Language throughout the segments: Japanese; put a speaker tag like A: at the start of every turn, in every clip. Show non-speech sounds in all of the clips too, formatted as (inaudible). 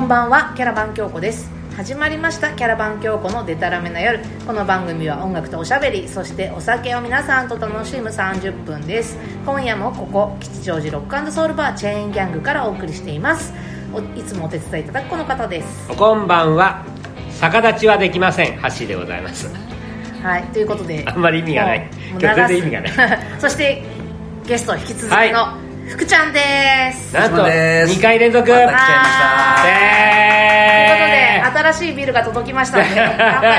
A: んはキャラバン京子です始まりましたキャラバン京子のデタラメな夜この番組は音楽とおしゃべりそしてお酒を皆さんと楽しむ30分です今夜もここ吉祥寺ロックソウルバーチェーンギャングからお送りしていますおいつもお手伝いいただくこの方です
B: こんばんは逆立ちはできません橋でございます
A: はいということで
B: あんまり意味がない
A: もう
B: 今日全然意味
A: も
B: が
A: う
B: な
A: 流
B: い
A: す (laughs) そしてゲスト引き続
B: は
A: き
B: い
A: の福ちゃんです、
B: なんと
C: お疲れ様です
B: 2回連続
C: また
A: 来ちゃいましたということ
B: せ
A: で
B: ー
A: 新しいビールが届きましたので乾杯しましょう乾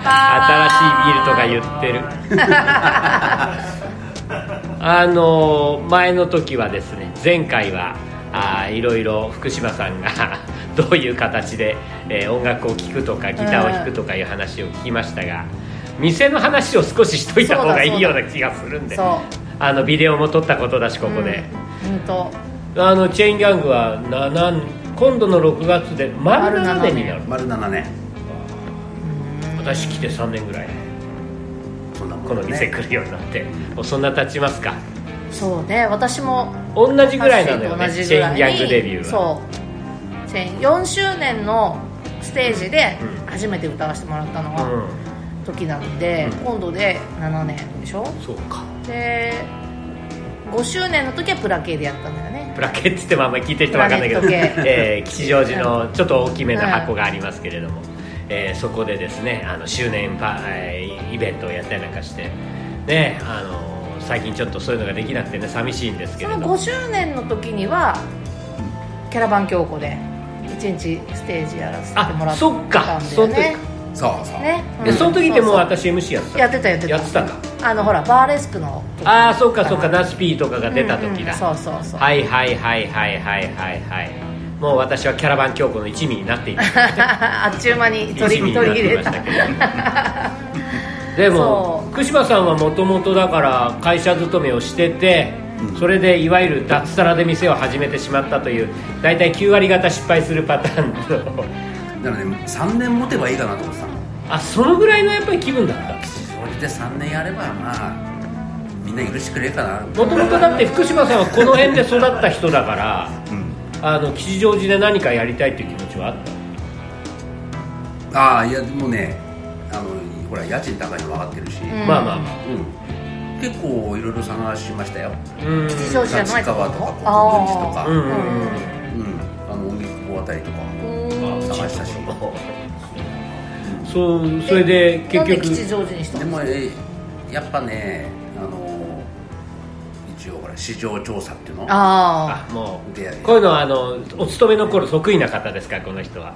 A: 杯
B: 新しいビールとか言ってるあの前の時はですね前回はあーいろいろ福島さんがどういう形で、えー音楽を聴くとかギターを弾くとかいう話を聞きましたが、店の話を少ししといた方がいいような気がするんで
A: そう
B: あのビデオも撮ったことだしここで、
A: うんうんと
B: あのチェーンギャングは7今度の6月で丸7年になる
C: 丸7年
B: 私来て3年ぐらい
C: そんなもん
B: こ
C: だね
B: の店来るようになってもうそんな経ちますか
A: そうね私も
B: 同じぐらいなのよ
A: ハ
B: ね
A: ッシーと同じ
B: チ
A: ぐ
B: ェー
A: ら
B: ン
A: い
B: ギャングデビューは
A: そうチェーン4周年のステージで
B: うん
A: 初めて歌わせてもらったの
B: う
A: が
B: ん
A: 時なんで、
B: うん
A: 今度で7年でしょ
B: そうか
A: で5周年の時はプラ系でやったんだよね
B: プラケッツってもあんまり聞いてる人わかんないけど、
A: プラネット
B: えー吉祥寺のちょっと大きめの箱がありますけれども、えーそこでですねあの周年パえーイベントをやったりなんかしてねあのー最近ちょっとそういうのができなくてね寂しいんですけ
A: そ
B: れど
A: の
B: も
A: 5周年の時にはキャラバン京子で1日ステージやらせてもら
B: あ
A: っ
B: そっか
A: たんだよね
C: そうそう、
A: ね、
B: で
A: うん
B: その時でもう
A: そう
B: 私 MC やって
A: そう
B: た
A: やってたやってた
B: やってたか
A: あのほらバーレスクの時
B: ああそうかそうかナスピーとかが出た時だ、
A: うんうんそうそうそう
B: はいはいはいはいはいはいはいもう私はキャラバン教皇の一味になっていました
A: (laughs) あっちゅう間に (laughs) 取
B: 一味
A: り
B: にな
A: 取り入
B: っ
A: れ
B: てま
A: た
B: したけどでも
A: そう
B: 福島さんはもともとだから会社勤めをしてて、それでいわゆる脱サラで店を始めてしまったという大体9割方失敗するパターンの
C: だからね3年持てばいいかなと思ってたの
B: あそのぐらいのやっぱり気分だった
C: それで3年やればまあみんな許してくれるかな
B: もともとだって福島さんはこの辺で育った人だから
C: うん
B: あの吉祥寺で何かやりたいっていう気持ちはあった
C: ああいやでもねあのほら家賃高いの分かってるし、
A: ん
B: まあまあまあ
C: うん結構いろいろ探しましたよ
B: うん
A: 吉祥寺じゃない
C: 立
A: とこ
C: 川とか国分寺と
A: あ
B: う
C: か、うん
B: んうんうん
C: あの荻窪あたりとかも
A: ー
C: 探したし
B: そうそれで
A: な
B: 結
A: んで吉
B: 局
A: 祥寺にした
C: で
A: の
C: もえやっぱねあの一応ほら市場調査っていうの
A: あ
B: あもう
C: 出会い
B: こういうのはあのお勤めの頃得意な方ですからこの人は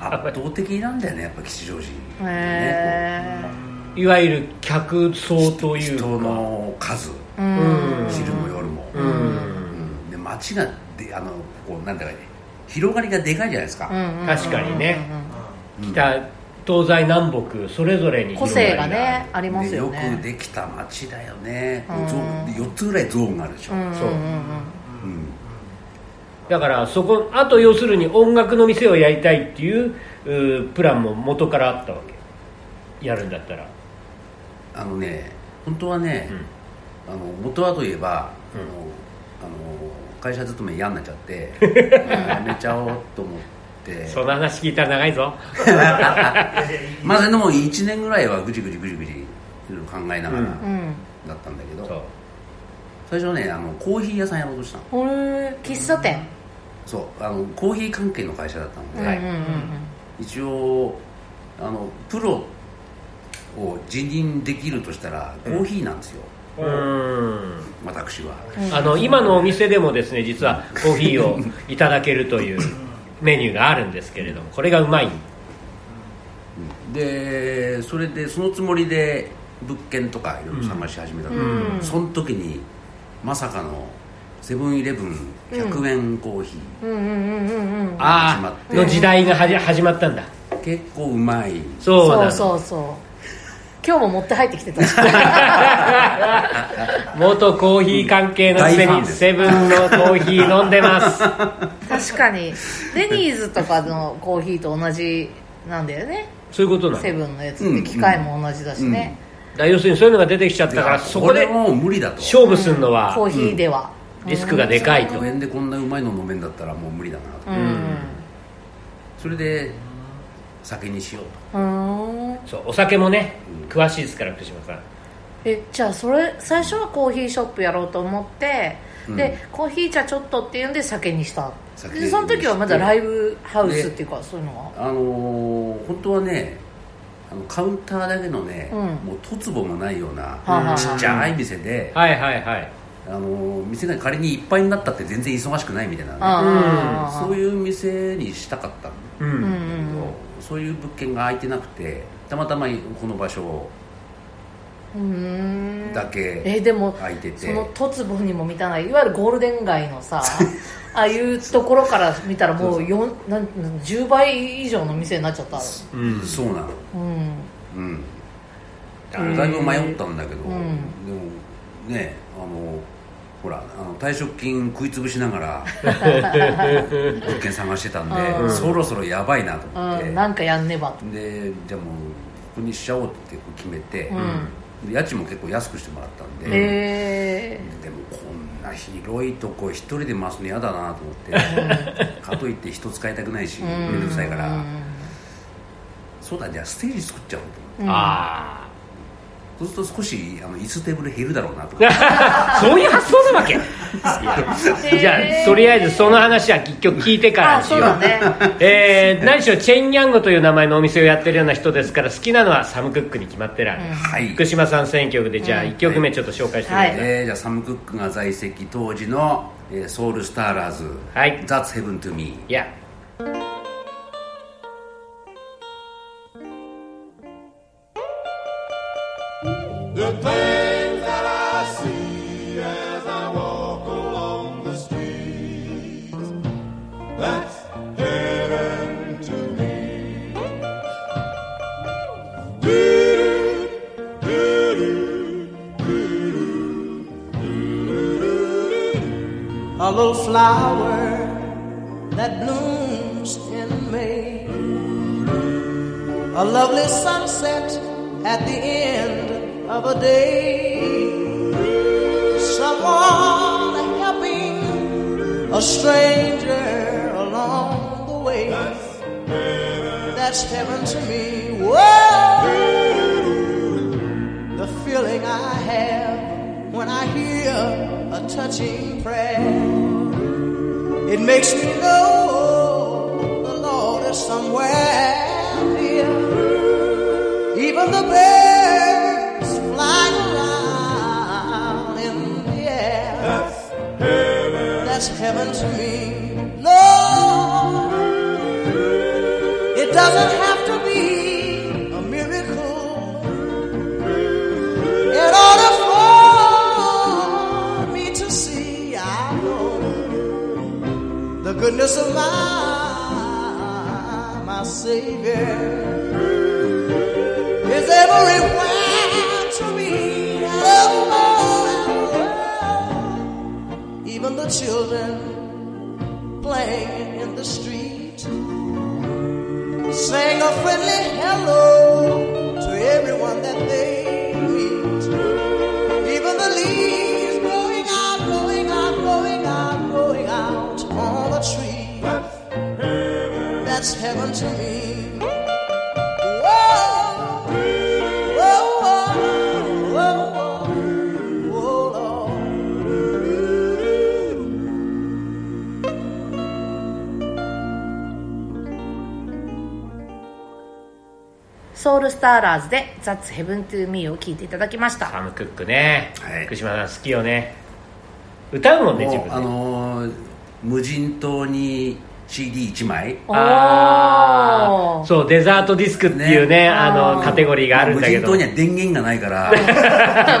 C: 圧倒的なんだよねやっぱ吉祥寺
A: あへえ
B: いわゆる客層というか
C: 人の数
A: うん
C: 昼も夜も、
B: う
C: うんんで街がであのこうなんだかね広がりがでかいじゃないですか、
A: うんうん
B: 確かにね
C: うん
B: 北東西南北それぞれに
A: 個
B: 広がり
A: 性がねあります
C: で
A: よ
C: よ
A: ね
C: くできた街だよね、
A: うん
C: ゾ4つぐらいゾーンがあるでしょ、
A: う
C: うん
A: ん
B: そう
A: うんうん
B: だからそこあと要するに音楽の店をやりたいっていううープランも元からあったわけやるんだったら
C: あのね本当はね、あの元はといえば、あのあの会社勤め嫌になっちゃってあやめちゃおうと思って
B: その話聞いたら長いぞ
C: まあでも1年ぐらいはぐじぐじぐじぐじいろいろ考えながら
B: うん
A: うん
C: だったんだけど、
B: そう
C: 最初ねあのコーヒー屋さんやろうとしたの
A: これ喫茶店
C: そうあのコーヒー関係の会社だったので、
B: はい
A: うんうんうん
C: 一応あのプロを辞任できるとしたらコーヒーなんですよ、
B: うーん
C: 私は、
B: あの今のお店でもですね実はコーヒーをいただけるというメニューがあるんですけれどもこれがうまい
C: でそれでそのつもりで物件とかいろいろ探し始めたの、
A: うん
C: その時にまさかのセブンイレブン100円コーヒ
A: うんうんうんうんうん
B: ああの時代がはじ始まったんだ
C: ー、結構うまい
B: そうなの
A: そうそうそう今日も持って入ってきて
B: (laughs)
A: たし
B: 元コーヒー関係のくせ
C: 大ファン
B: に
C: です
B: セブンのコーヒー飲んでます
A: 確かにデニーズとかのコーヒーと同じなんだよね
B: (laughs) そういうことなの
A: セブンのやつって機械も同じだしね、
B: だから要するにそういうのが出てきちゃったから
C: いや
B: そこで
C: れもう無理だと
B: 勝負するのは
A: コーヒーでは、
B: リスクがでかいと
C: 100円でこんなうまいの飲めんだったらもう無理だなと、
A: うん
C: それで酒にしよう
A: うーん
B: そうお酒もね
C: うん
B: 詳しいですから福島さん
A: えじゃあそれ最初はコーヒーショップやろうと思って、
C: うん
A: でコーヒー茶ちょっとっていうんで酒にした
C: 酒に
A: でその時はまだライブハウスっていうかそういうのは
C: とあのー本当はねあのカウンターだけのね、
A: うん
C: もうとつぼもないような
A: あはあ
C: ちっちゃい店で、
B: はいはいはい
C: あのー店が仮にいっぱいになったって全然忙しくないみたいなね
A: あー
C: そういう店にしたかったん
B: う
A: うん
B: ん
C: だけど、そういう物件が空いてなくてたまたまこの場所
A: うんうん
C: だけ
A: えでも
C: 空いてて、
A: そのとつぼにも満たないいわゆるゴールデン街のさ
B: (laughs)
A: ああいうところから見たらもうよんなんなん10倍以上の店になっちゃった
B: うん
C: そうなの
A: うん
C: うん
B: へ
A: ー
C: だいぶ迷ったんだけど、
A: ん
C: でもねあのほらあの退職金食いつぶしな
A: (laughs)
C: がら物件探してたんで、
A: うん
C: そろそろやばいなと思っ
A: う
C: て、
A: ん、なんかやんねばと、
C: でじゃあもうここにしちゃおうって決めて、
A: うん
C: 家賃も結構安くしてもらったんで、
A: へ
C: でもこんな広いとこ一人で回すの嫌だなと思
A: (laughs)
C: ってかといって人使いたくないし
A: えうん
C: 面倒くさいから
A: う
C: そうだじゃあステージ作っちゃおうと思っ
A: ん
C: て
B: あ
C: そうすると少しあの椅子テーブル減るだろうなと思って
B: あ (laughs) そういう発想なわけいや (laughs) じゃあとりあえずその話は結局聞いてから
A: あ
B: にし
A: そう
B: よう
A: だね
B: えー、何しろチェンニャンゴという名前のお店をやってるような人ですから好きなのはサム・クックに決まってら、
A: うん
C: はい
B: 福島さん選曲でじゃあ1曲目ちょっと紹介してください、
A: はい
C: えーじゃあサム・クックが在籍当時の、えーソウル・スターラーズ「
B: はい
C: That's Heaven to Me
B: いや
D: a little flower that blooms in May. A lovely sunset at the end of a day. Someone helping a stranger along the way. That's heaven to me. Whoa! The feeling I have when I hear a touching prayer. It makes me know the Lord is somewhere here. Even the birds flying around in the air. That's heaven. That's heaven to me. Lord, it doesn't have to be a miracle in order for me to see. I know the goodness of my my Savior is everywhere to me. Oh, Lord. even the children playing in the street sing a friendly hello to everyone that they meet. Even the leaves blowing out, blowing out, blowing out, blowing out on the tree. That's heaven to me. Whoa, whoa, whoa, whoa, whoa, whoa, Lord.
A: ソウルスターラーズで「That's Heaven to Me」を聴いていただきました
B: サム・クックね、
C: はい
B: 福島さん好きよね歌うも」んね自
C: もう、
B: 分で
C: あのー無人島に CD1 枚
B: あー
A: う
B: そうデザートディスクっていうね
A: ね
B: あのカテゴリーがあるんだけど
C: 無人島には電源がないから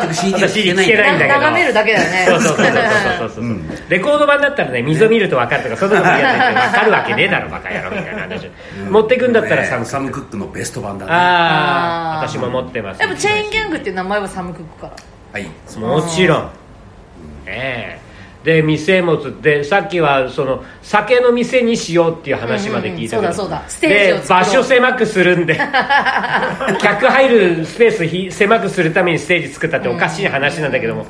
B: (laughs)
C: 結局 CD が聴けないん
B: 聴け
C: だ
B: ないんだけど
A: 眺めるだけだよね
B: そうそうそうそうそうそう、レコード版だったらね溝見ると分かるとかそんなことやってて分かるわけねえだろバカ野郎みたいな話、持ってくんだったらサム・
C: ね
B: ク
C: サ
B: ック
C: ム・クックのベスト版だね
B: ああ
A: あー
B: 私も持ってます
A: でもチェーンギャングっていう名前はサム・クックから
C: はい
B: もちろんええで店持つでさっきはその酒の店にしようっていう話まで聞いたけど、
A: うんうんうんそうだそうだステージを
B: で
A: 作ろう
B: 場所狭くする
A: (laughs)
B: んで客入るスペースひ狭くするためにステージ作ったっておかしい話なんだけども、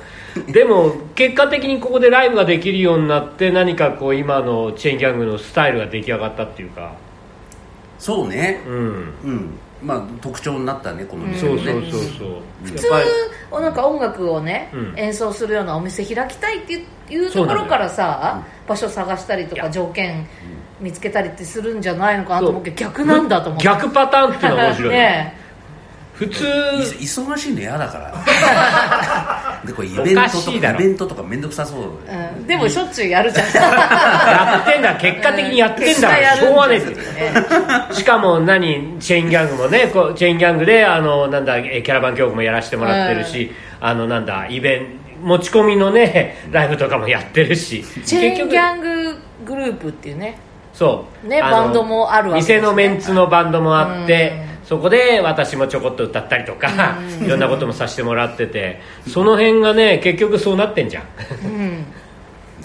B: でも結果的にここでライブができるようになって何かこう今のチェーンギャングのスタイルが出来上がったっていうか
C: そうね
B: うん
C: うんまあ特徴になったねこの店
B: そ
C: の
B: う
C: ね
B: そうそうそう
A: 普
B: やっぱり
A: 通なんか音楽をね、
B: うん
A: 演奏するようなお店開きたいっていう
B: そ
A: と
B: う
A: こ
B: なのよ
A: ろからさ場所探したりと
B: い
A: か
B: や
A: 条件見つけたりってするんじゃないのかなと思うけど逆なんだと思って
B: 逆パターンっていうのが面白
A: (laughs)
B: い、
A: ね
B: 普通
C: い忙しいの嫌だから
B: (laughs)
C: でこれイベン
B: おか
C: トと
B: しい
C: か
B: だ
C: イ
B: ろ
C: ベントとか面倒くさそう
A: えうん、でもしょっちゅうやるじゃん
B: やってんだ結果的にやってんだからしょうがねえってしかも何チェーンギャングもねこうチェーンギャングであのなんだえーキャラバン教区もやらせてもらってるし、あのなんだイベント持ち込みのねライブとかもやってるし
A: チェーンギャ
B: ン
A: ンググループっていう
B: (laughs)
A: ね
B: そう
A: ね
B: あの
A: バンドもあるわけですね
B: 店のメンツのバンドもあってそこで私もちょこっと歌ったりとかいろんなこともさせてもらっててその辺がね結局そうなってんじゃん
A: うん
C: ね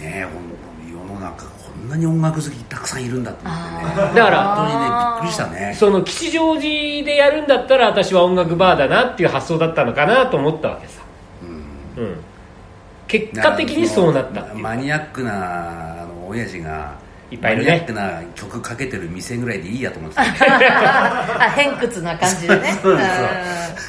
C: えほん世の中こんなに音楽好きたくさんいるんだと思ってね
B: だから
C: 本当にね
A: あー
C: びっくりしたね
B: その吉祥寺でやるんだったら私は音楽バーだなっていう発想だったのかなと思ったわけさ、うん結果的にそうなったっていう
C: マニアックなあの親父が
B: いっぱいいる
C: マ
B: ね
C: ニアックな曲かけてる店ぐらいでいいやと思ってた
B: (laughs)
A: あ偏屈な感じでね
C: そうそ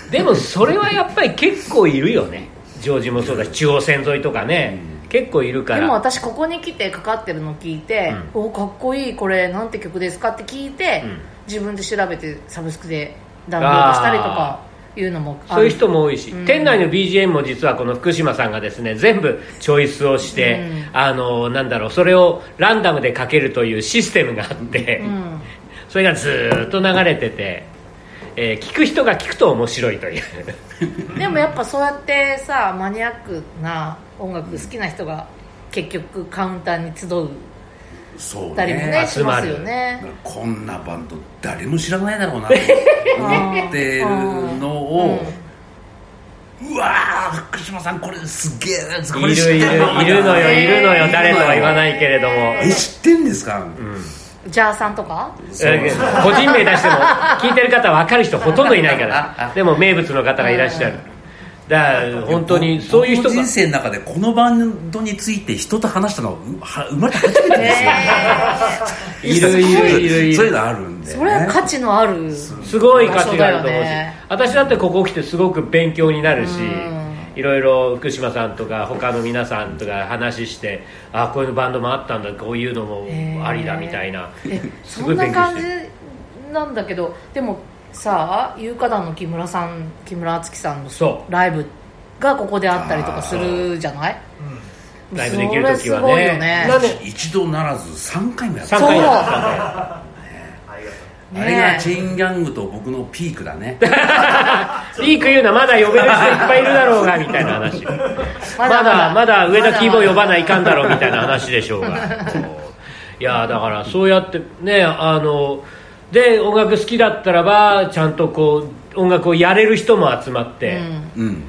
C: う
B: でもそれはやっぱり結構いるよ (laughs) ね常時もそうだし中央線沿いとかね、結構いるか
A: で
B: ら
A: も私ここに来てかかってるの聞いて、おかっこいいこれなんて曲ですかって聞いて、
B: うん
A: 自分で調べてサブスクでダウンロードしたりとかいうのもあ
B: そう
A: る
B: いう人も多いし、
A: うん
B: 店内の BGM も実はこの福島さんがですね全部チョイスをして、あのなんだろうそれをランダムでかけるというシステムがあって、
A: うん
B: それがずーっと流れてて、えー聞く人が聞くと面白いという
A: でもやっぱそうやってさマニアックな音楽好きな人が結局カウンターに集う
C: そう
A: たりもね
C: ね
A: しますよね
C: こんなバンド誰も知らないだろう
A: (laughs)
C: なと思ってるのを、うわー福島さんこれすげえこ
B: い
C: れ知っ
B: る
C: て
B: いるい
C: んの
B: るのよいるの
A: え
B: よ
A: ー
B: 誰とは言わないけれども、
C: え知ってんですか、
A: ジャーさんとか
C: そう
B: えー個人名出しても聞いてる方は分かる人ほとんどいないからでも名物の方がいらっしゃるだから本当にそういう人
C: 僕
B: が
C: の人生の中でこのバンドについて人と話したのはう生まれて初めてですよ、
B: (laughs) いるいるいるい
C: そういう
B: る
C: のあるんで、ね、
A: それは価値のある
B: すごい価値があると思うし、
A: 場
B: 私だってここ来てすごく勉強になるし
A: うん
B: いろいろ福島さんとか他の皆さんとか話してあこういうバンドもあったんだこういうのもありだみたいな、
A: え
B: す
A: そ
B: ごい
A: んな
B: 勉強し
A: 感
B: て
A: じ
B: る
A: なんだけどでもさあ有価団の木村さん木村敦樹さんの
B: そ
A: ライブがここであったりとかするじゃない
B: ライブできる時
A: そ
B: はね
A: れすごいよね
B: なんで
C: 一度ならず3回もやっ
B: 3
C: た
B: 回やっ
A: そう
B: たんだよ
C: あれがチェーンギャングと僕のピークだね
B: ピーク言うなまだ呼べる人いっぱいいるだろうがみたいな話まだまだ上田キーボー呼ばないかんだろうみたいな話でしょう (laughs) がそういやだからそうやってねあので音楽好きだったらばちゃんとこう音楽をやれる人も集まって、
C: うん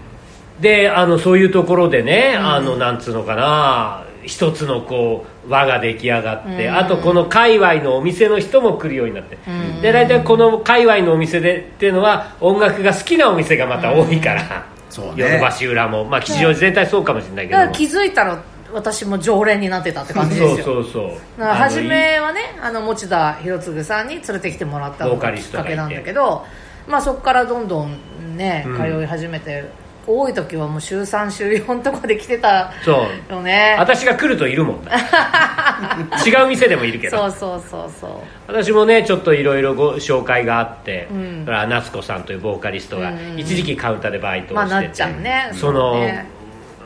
B: であのそういうところでね、あのなんつうのかな一つのこう輪が出来上がって、あとこの界隈のお店の人も来るようになって、で大体この界隈のお店でっていうのは音楽が好きなお店がまた多いから、
C: そう
B: ヨド
C: ね
B: バシ裏も、まあ、吉祥寺全体そうかもしれないけ
A: だ
B: ど
A: から気づいたら私も常連になってたって感じです
B: そう
A: よ
B: そうそう
A: だから初
B: あ
A: めはねあの持田博次さんに連れてきてもらったの
B: ボーカ
A: が
B: リ
A: きっ
B: ストが
A: か
B: いて
A: けなんだけど、まあ、そこからどんどんね
B: うん
A: 通い始めて、多い時はもう週3週4とかで来てた
B: のそう
A: よね
B: 私が来るといるもん
A: (laughs)
B: な違う店でもいるけど
A: そうそうそうそう
B: 私もねちょっといろいろご紹介があって、
A: うん
B: だから夏子さんというボーカリストが
A: うん
B: 一時期カウンターでバイトを
A: まあ
B: して
A: な
B: て、
A: っちゃうね
B: その
A: ね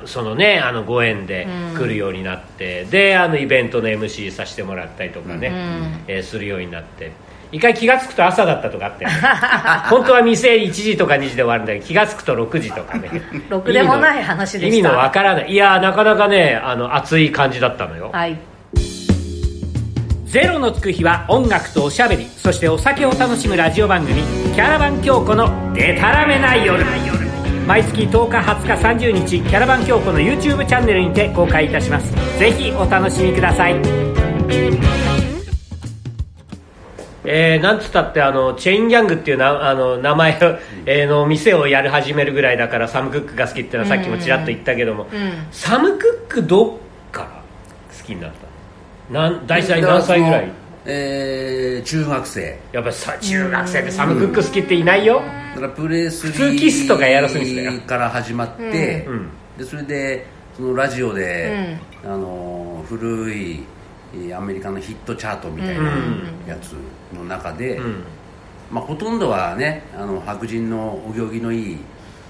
B: そのねあのご縁で来るようになって、であのイベントの MC させてもらったりとかね、えーするようになって一回気が付くと朝だったとかあって、ね、 (laughs) 本当は店1時とか2時で終わるんだけど気が付くと6時と
A: (laughs)
B: かね
A: ろくでもない話でした
B: 意味のわからないいやーなかなかねあの熱い感じだったのよ、
A: はい
B: ゼロのつく日は音楽とおしゃべりそしてお酒を楽しむラジオ番組「キャラバン京子のでたらめな夜」毎月10日20日30日キャラバン京子の YouTube チャンネルにて公開いたしますぜひお楽しみくださいえー、なんつったってあのチェインギャングっていうなあの名前を、えーの店をやり始めるぐらいだからサム・クックが好きっていうのはさっきもちらっと言ったけども、
A: うん
B: サム・クックどっから好きになったのなん大体何歳ぐらい
C: だかえー中学生
B: やっぱりさ中学生でサム・クック好きっていないよ、
C: だからプレスリー
B: 普通キスとかやらすんですよ
C: から始まって、
B: ん
C: でそれでそのラジオで、あの古いえーアメリカのヒットチャートみたいなやつの中で、まあ、ほとんどはねあの白人のお行儀のいい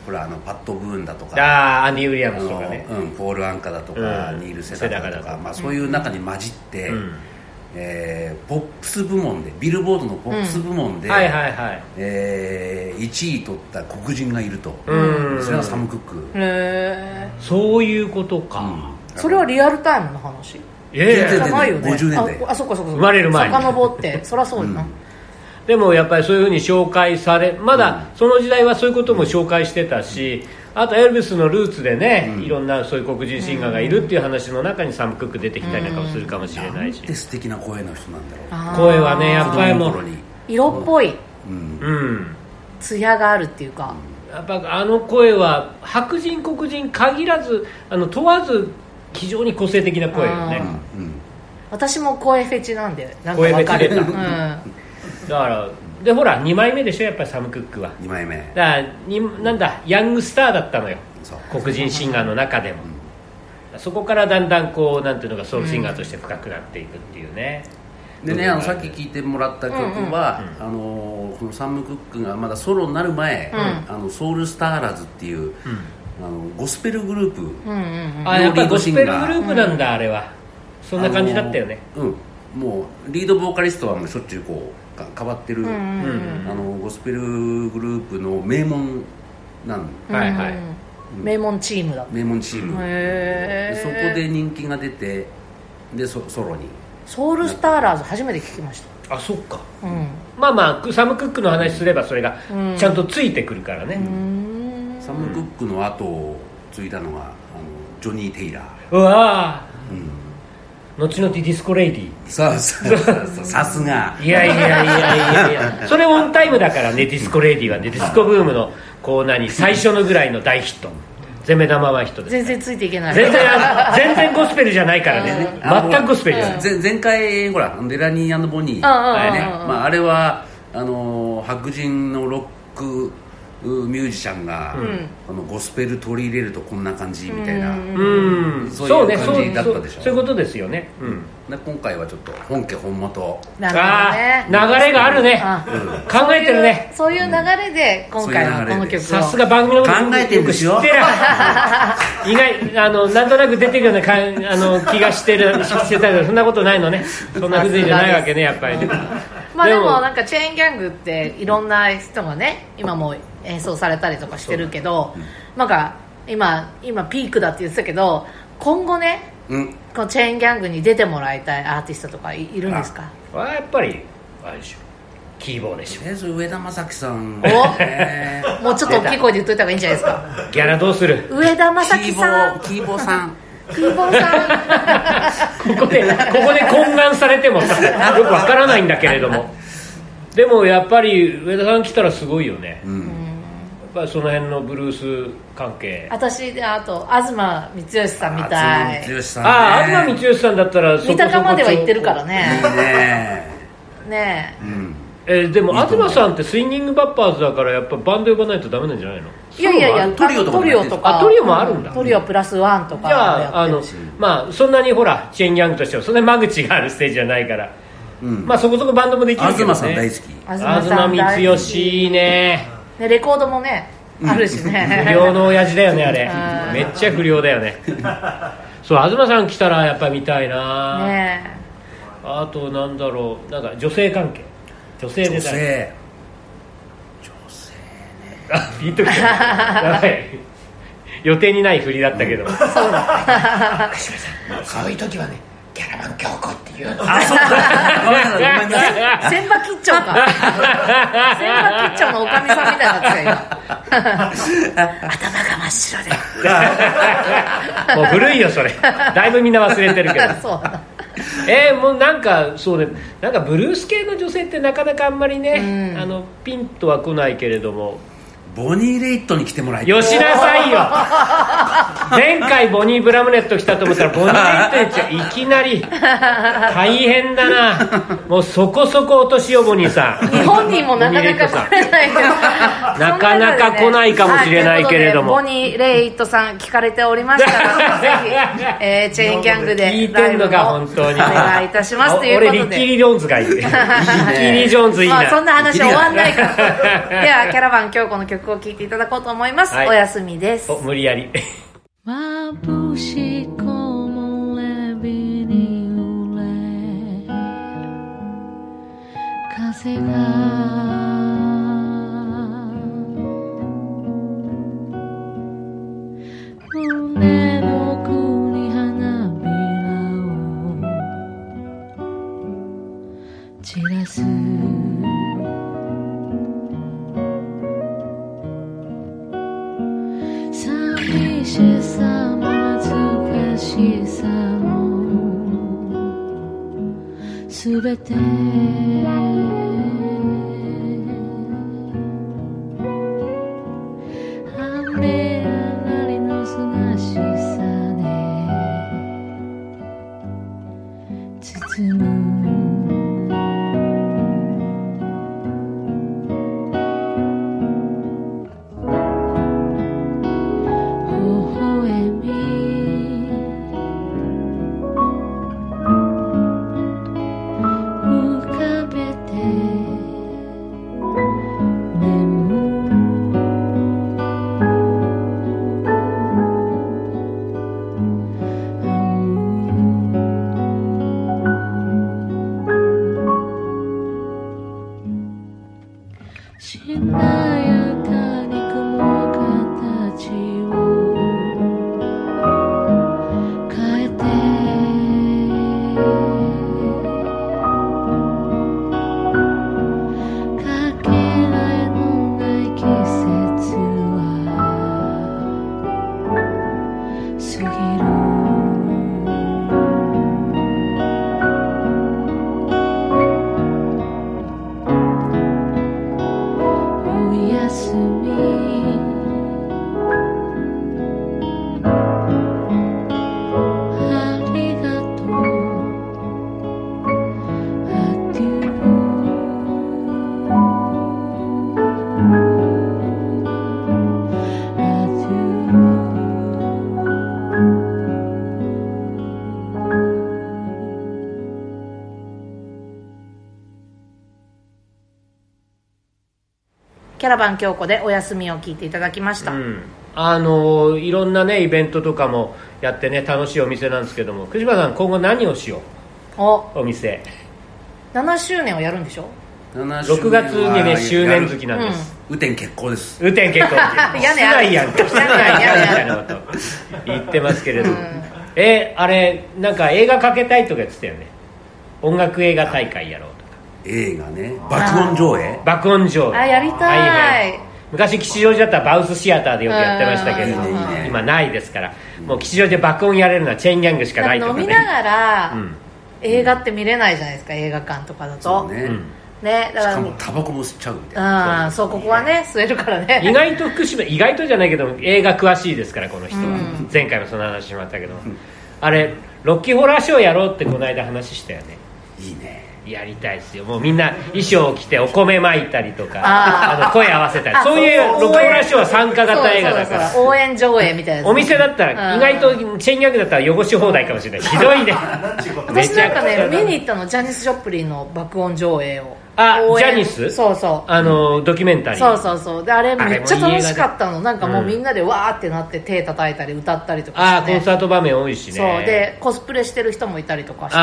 C: ほらあのパット・ブーンだと
B: あ
C: か。
B: あアンディ・ウィリアム
C: あ
B: ズと
C: の
B: かね
C: うん、ポール・アンカだとか、
B: うん
C: ニール・セダカだ
B: セダカだ
C: とか
B: とか
C: まあ、そういう中に混じって、
B: うん
C: えーポップス部門でビルボードのポップス部門で、
B: はいはいはい
C: えー1位取った黒人がいると、
B: うん
C: それがサム・クック、うん
A: へー
B: そういうことか、
A: それはリアルタイムの話
B: いやいや
C: 全
A: じ
C: 然
A: ゃないよね
C: 50年代
A: ああそっかそっかそっか
B: 生まれる前に
A: 遡ってそりゃそうよな、
B: でもやっぱりそういうふうに紹介されまだその時代はそういうことも紹介してたし、あとエルビスのルーツでね、いろんなそういう黒人シンガーがいるっていう話の中にサム・クック出てきたりなんかもするかもしれないし、
C: で素敵な声の人なんだろう
A: あー
B: 声はねやっぱり
C: 子供
B: も
C: の
B: う
C: 頃に、
A: 色っぽい
C: うん
B: うん
A: 艶があるっていうか、
B: やっぱあの声は白人黒人限らずあの問わず非常に個性的な声よね
A: あ
C: うん
A: 私も声フェチなんでなんかわかる
B: (laughs) 声
A: う
B: フェチ
A: ん
B: だからでほら2枚目でしょやっぱりサム・クックは
C: 2枚目
B: だからになんだヤングスターだったのよ
C: そう
B: 黒人シンガーの中でもそこからだんだんこうなんていうのかソウルシンガーとして深くなっていくっていうね、
C: でねあのさっき聴いてもらった曲は、あのーこのサム・クックがまだソロになる前、あのソウル・スターラーズっていう、あのゴスペルグループ、
A: うんうん
B: あやっぱりゴスペルグループなんだ、あれはそんな感じだったよね、
C: あのうんもうリードボーカリストはもうしょっちゅうこうか変わってる、
B: うんん
C: あのゴスペルグループの名門なん
B: はいはい、
A: うん名門チームだった
C: 名門チーム、
A: へ
C: で
A: ー
C: そこで人気が出てでソソロに
A: ソウルスターラーズ初めて聞きまし
B: あそっか
A: たうん
B: まあまあサム・クックの話すればそれがちゃんとついてくるからね、
C: サム・クックの後を継いだのがあのジョニー・テイラー
B: うわー後々ディスコレイディ
C: さあさあさあさすが
B: いやいやいやいやい
C: (laughs)
B: やそれオンタイムだからねディスコレディはねディスコブームのコーナーに最初のぐらいの大ヒット全目玉はヒットです
A: 全然ついていけない
B: 全然あの全然ゴスペルじゃないからね
C: あの
B: 全くゴスペルじゃない
C: ぜ前回ほらデラニーボニー
A: あ
B: あ
C: ね
B: あ
C: まあ、あれはあの白人のロックうミュージシャンが、あのゴスペル取り入れるとこんな感じみたい
B: う
C: な、
B: ん
C: そういう
B: ね
C: 感じだったでしょ
B: そうそういうことですよねうん
C: で今回はちょっと本家本元
A: な
B: あ
A: るほどね
B: あ流れがあるね
A: あ
B: 考えてるね
A: そういう流れで今回のこの曲を
B: さすが番組のこと
C: 考えてるんですよ
B: く知ってる意外あのなんとなく出てくるようなかんあの気がしてるしてたけどそんなことないのねそんな風情じゃないわけねやっぱりね
A: まあでもなんかチェーンギャングっていろんな人がね今もう演奏されたりとかしてるけど、なんか今今ピークだって言ってたけど今後ね
C: うん
A: このチェーンギャングに出てもらいたいアーティストとかいいるんですか
B: これはやっぱりあれでしょキーボーでし
C: とりあえず上田正樹さん
A: お
C: ね
A: もうちょっと大きい声で言っといた方がいいんじゃないですか
B: ょギャラどうする
A: 上田正
C: キ
A: 樹
C: ーボ
A: さん
C: ーキーボー
A: (laughs)
C: さん
A: キーボーさん
B: ここでここで懇願されてもさよくわからないんだけれどもでもやっぱり上田さん来たらすごいよね、やっぱりその辺のブルース関係
A: 私であと東光義さんみたい
C: 松本剛さん、ね、
B: ああ東光義さんだったらそ
A: 三
B: こそこ
A: 鷹までは行ってるから
C: いい
A: ね
C: ね
A: ね
C: うん
B: えーでも
C: いいと思う
B: 東さんってスインギングバッパーズだからやっぱバンド呼ばないとダメなんじゃないの
A: えいやいやいや
C: トリオとかも
A: トリオとか
B: あトリオもあるんだ
A: トリオプラスワンとか
B: じゃあ
A: やっ
B: あ
A: て
B: の
A: るし
B: まあそんなにほらチェーンギャングとしてはそんなに間口があるステージじゃないから、
C: うん
B: まあそこそこバンドもできるけどね
C: 東さん大好き
A: 東さん
B: 東光義いいね
A: ねレコードもねあるし
B: 不
A: ね
B: 良の親父だよねあ
A: あ
B: れめっちゃ不良だよねそう東さん来たらやっぱ見たいな、
A: ね
B: あとなんだろうなんか女性関係女性
C: 女
B: でさ
C: 性
B: あピンときたやばい予定にない振りだったけど、
E: そういう時はねキャラバン強行っていうの
C: あそうだごめんなさいごめんなさい
A: え千葉吉兆か千葉吉兆のおかみさんみたいになってたよ
B: (laughs)
A: 今頭が真っ白で (laughs)
B: もう古いよそれだいぶみんな忘れてるけど (laughs)
A: そうだ
B: えーもうなんかそうねなんかブルース系の女性ってなかなかあんまりね、
A: うん
B: あのピンとは来ないけれども
C: ボニー・レイットに来てもらいたい
B: よしなさ
A: (laughs)
B: いよ前回ボニー・ブラムネット来たと思ったらボニー・レイトにいきなり大変だなもうそこそこお年をボニーさん
A: 日本にもなかなか来れないけど
B: なかなか来ないかもしれないけれども
A: はいということでボニー・レイトさん聞かれておりましたらぜひ、えーチェーンギャング
B: 聞
A: で
B: い
A: ラ
B: て
A: イ
B: ん
A: ブ
B: のか
A: も
B: 本当に
A: お願いいたします
B: あ
A: という
B: 俺リ
A: こと
B: ッキー・
A: で
B: リ・ジョーンズがいい
A: (laughs)
B: リッキー・リ・ジョーンズいい
A: まあ、そん
B: な
A: な話終わんないから
B: (laughs)
C: いい
A: で
C: ね
A: はキャラバン京子の曲を聴いていただこうと思います、
B: はい
A: お休みです
B: お無理やり
F: 眩しい木漏れ日に揺れ風が胸の奥に花びらを散らす寂しさも恥ずかしさもすべて雨上がりのすがしさで包む微笑み浮かべて眠むしなやかに雲形を変えてかけがえのない季節は過ぎるおやすみありがとうアデューアデュー
A: キャラバン京子でお休みを聞いていただきました、
B: うんあのいろんなねイベントとかもやってね楽しいお店なんですけども藤島さん今後何をしよ
A: お
B: うお店
A: 7周年をやるんでしょ
B: 6
C: 6
B: 月にね周年月なんです、
C: 雨天決行です
B: 雨天結構っていう
A: 屋根
B: 室
A: ある
B: 内 (laughs) やんか室内やんみたいなこと言ってますけれども、えあれなんか映画かけたいとか言ってたよね音楽映画大会やろうとか
C: 映画ね爆音上映
B: 爆音上映
A: あやりたい
B: は昔吉祥寺だったらバウスシアターでよくやってましたけれど
C: うんいいねいいね
B: 今ないですからもう吉祥寺で爆音やれるのはチェーンギャングしかないとか
A: 飲み
B: ね
A: ながら、
B: うん
A: 映画って見れないじゃないですか映画館とかだと
C: そう
A: ね
C: ね、
B: ん
A: だ
C: し
A: か
C: からもタバコも吸っちゃうみたいな
A: うんそうここはね吸えるからね
B: 意外と福島意外とじゃないけど映画詳しいですからこの人は、前回もその話しましたけど、あれロッキーホラーショーやろうってこの間話したよね
C: いいね
B: やりたいですよもうみんな衣装を着てお米まいたりとか
A: あ
B: あの声合わせたり
A: あ
B: そういう
A: そう
B: ロッキーホラーショーは参加型映画だか
A: そうそう
B: ら
A: そう応援上映みたいな
B: お店だった
A: う
B: ら意
A: ん
B: 外とチェーンギャグだったら汚し放題かもしれないひどいね
A: 私なんかね見
B: だ
A: に行ったのジャニス・ジョプリンの爆音上映を
B: あ
A: 応援
B: ジャニス
A: そうそう
B: あのドキュメンタリー
A: そうそうそうであれめっちゃ
B: あれもいい映画だ
A: 楽しかったのなんかもううんみんなでわーってなって手叩いたり歌ったりとか
B: ああ
A: して、
B: コンサート場面多いしね
A: そうでコスプレしてる人もいたりとか
B: あ
A: し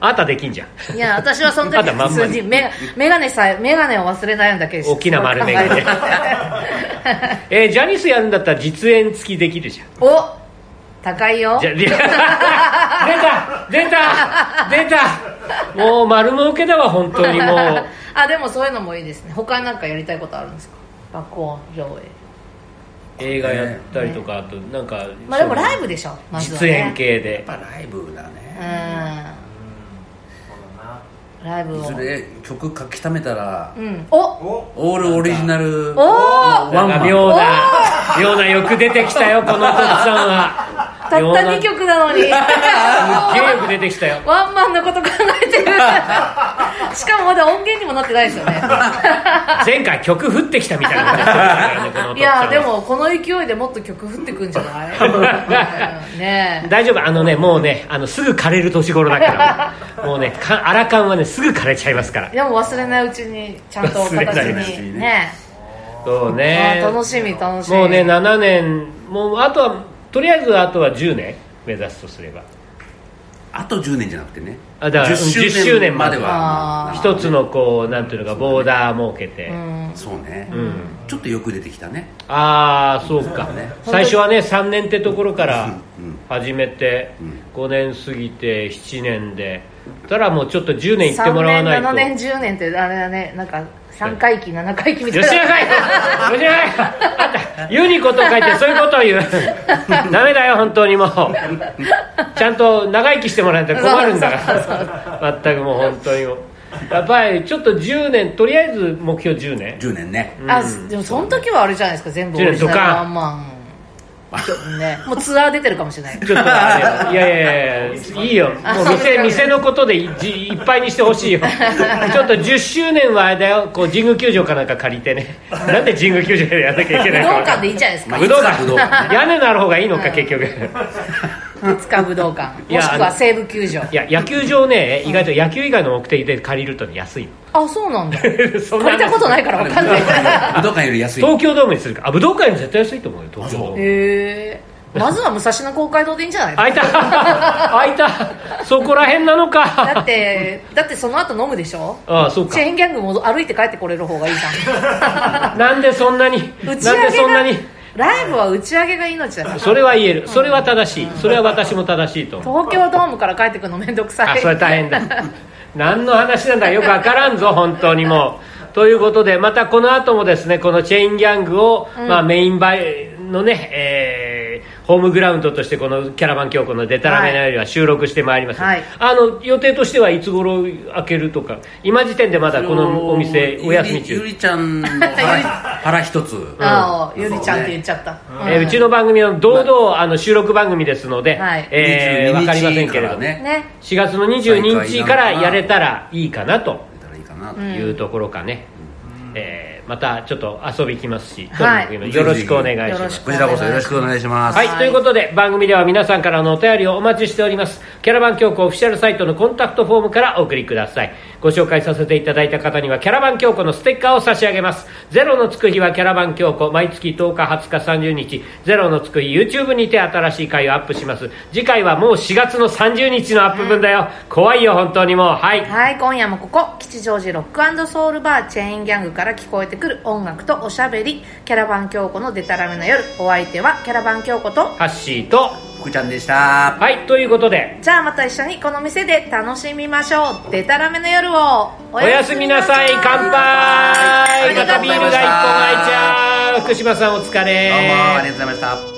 B: あんたでき
A: (laughs)
B: んじゃん
A: ていや私はその時
B: あとまんま
A: 普通にメガメガネさえメガネを忘れないようにだけ
B: 大きな丸メガ
A: (laughs)
B: ネえージャニスやるんだったら実演付きできるじゃん
A: お高いよ
B: じゃ (laughs) 出た出た出たもう丸儲けだわ本当
A: (laughs)
B: にもう
A: あでもそういうのもいいですね他になんかやりたいことあるんですか爆音上映
B: 映画やったりとかあとなんか
A: まあでもライブでしょまずは、
B: 実
A: ね、
B: 演系で
C: やっぱライブだね
A: うんライブ
C: い
A: を
C: ずれ曲書き溜めたら、
A: うん、お
G: お
C: オールオリジナル
A: お
C: ワ
A: ー
C: ンマン
B: 妙な妙なよく出てきたよこのお父さんは
A: たった2曲な
B: (laughs)
A: のに
B: 妙なすっげえよく出てきたよ
A: ワンマンのこと考えてる (laughs) しかもまだ音源にもなってないですよ
B: (laughs)
A: ね
B: 前回曲降ってきたみたいなことしてたからねこの
A: い
B: お父さん
A: や
B: は
A: でもこの勢いでもっと曲降ってくんじゃない
B: (laughs)
A: うんね
B: 大丈夫あのねもうねあのすぐ枯れる年頃だからもうねかあらかんはねすぐ枯れちゃいますから
A: えでも忘れないうちにちゃんと
B: 忘れ
A: 形
B: ないう
C: ち
A: に
C: に
A: ね
B: そう
A: あ
B: ね
A: ー楽しみ楽しみ
B: もうね7年もうあとはとりあえずあとは10年目指すとすれば
C: あと10年じゃなくてね
B: あだから
C: 10
B: 10周年ま
C: ま
B: で
C: で
A: は
C: は
B: 一つのこうなんていうのかボーダー設けて、
A: うん
C: そうね、
B: ん
C: ちょっとよく出てきたね
B: ああそうか最初はね3年ってところから
C: うん
B: 始めて
C: ん
B: 5年過ぎて7年でたらもうちょっと10年いっても
A: 3
B: らわ
A: 年
B: ない
A: 7年
B: と
A: 10年ってあれだねなんか3回忌7回忌みたい
B: 吉
A: な
B: 永会吉永会あんた言うにこと書いてそういうことを言うダメだよ本当にもうちゃんと長生きしてもらわないと困るんだから全くもう本当にもうやっぱりちょっと10年とりあえず目標10年
C: 10年ね、
A: (laughs) あでもその時はあれじゃないですか全部オ
B: 10
A: リジナル
B: ドカン
A: ワンマンねもうツアー出てるかもしれ
B: (laughs)
A: ない
B: ちょっとあれいやいやいやい
A: (laughs)
B: いよもう店店のことでいじいっぱいにしてほしいよちょっと10周年はあれだよこう神宮球場かなんか借り
A: (laughs)
B: てねなんで神宮球場でやんなきゃいけ
A: 武
B: ない
A: 道
B: の
A: 館でいいじゃないですか
C: まあ
B: 武道館
C: い
A: (laughs)
C: つか武道館
B: 屋根のある方がいいのか結局
A: いつか武道館
B: (laughs) い
A: も
B: や
A: しくは西武球場
B: いや野球場ね意外と野球以外の目的で借りるとね安いの
A: あ (laughs) そうなんだ借
B: そんな
A: りたことないから分かんない
C: 武道館より安い
B: 東京ドームにするかあ武道館より絶対安いと思うよ東京ドーム
A: (laughs) へえまずは武蔵野公会堂でいいんじゃない (laughs)
B: 開いた開いたそこら辺なのか
A: だってだってその後飲むでしょ
B: ああそうか
A: チェーンギャングも歩いて帰ってこれる方がいいじゃん
B: なんでそんなにな
A: 打
B: (laughs) んで
A: ち上げが
B: そんなに
A: ライブは打ち上げが命だから
B: それは言えるそれは正しいそれは私も正しいと思う
A: 東京ドームから帰ってくるのめんどくさ
B: あ
A: い
B: それ大変だ (laughs) 何の話なんだかよくわからんぞ本当にもうということでまたこの後もですねこのチェインギャングを、まあ、メインバイのね、えーホームグラウンドとしてこのキャラバン教皇のデタラメなよりは収録してまいります、
A: はい
B: あの予定としてはいつ頃開けるとか今時点でまだこのお店お休み
C: ゆり
B: 中
C: ゆりちゃんの
B: (laughs)
C: 腹腹一つ
A: (laughs) ああゆりちゃんって言っちゃった、
B: えーうちの番組は堂々あの収録番組ですので、
A: はい
B: えー
C: 22
B: わかりませんけれども、
C: 日からね
A: ね
B: 4月の22日からやれたらいいかなと
C: 出たらいいかなと、
B: いうところかね、えーまたちょっと遊び来ますし、
A: はい
B: とにかくよろしくお願いし
A: よろ
B: ま
A: し
B: す
A: く
C: こちらこそよろしくお願いします、
B: はい、ということで番組では皆さんからのお便りをお待ちしておりますキャラバン教皇オフィシャルサイトのコンタクトフォームからお送りくださいご紹介させていただいた方にはキャラバン教皇のステッカーを差し上げますゼロのつく日はキャラバン教皇毎月10日20日30日ゼロのつく日 YouTube にて新しい回をアップします次回はもう4月の30日のアップ分だよ、怖いよ本当にもうはい
A: はい今夜もここ吉祥寺ロックソウルバーチェーンギャングから聞こえてくる音楽とおしゃべりキャラバン京子のデタラメな夜お相手はキャラバン京子と
B: ハッシーと
C: 福ちゃんでした
B: はいということで
A: じゃあまた一緒にこの店で楽しみましょうデタラメの夜をお
B: おやすみなさい乾杯
A: ありが
B: ま
A: とうご
B: たビ
A: ざ
B: ー
A: い
B: ル
A: ました
B: が一本開いちゃう福島さんお疲れ
C: どうもありがとうございました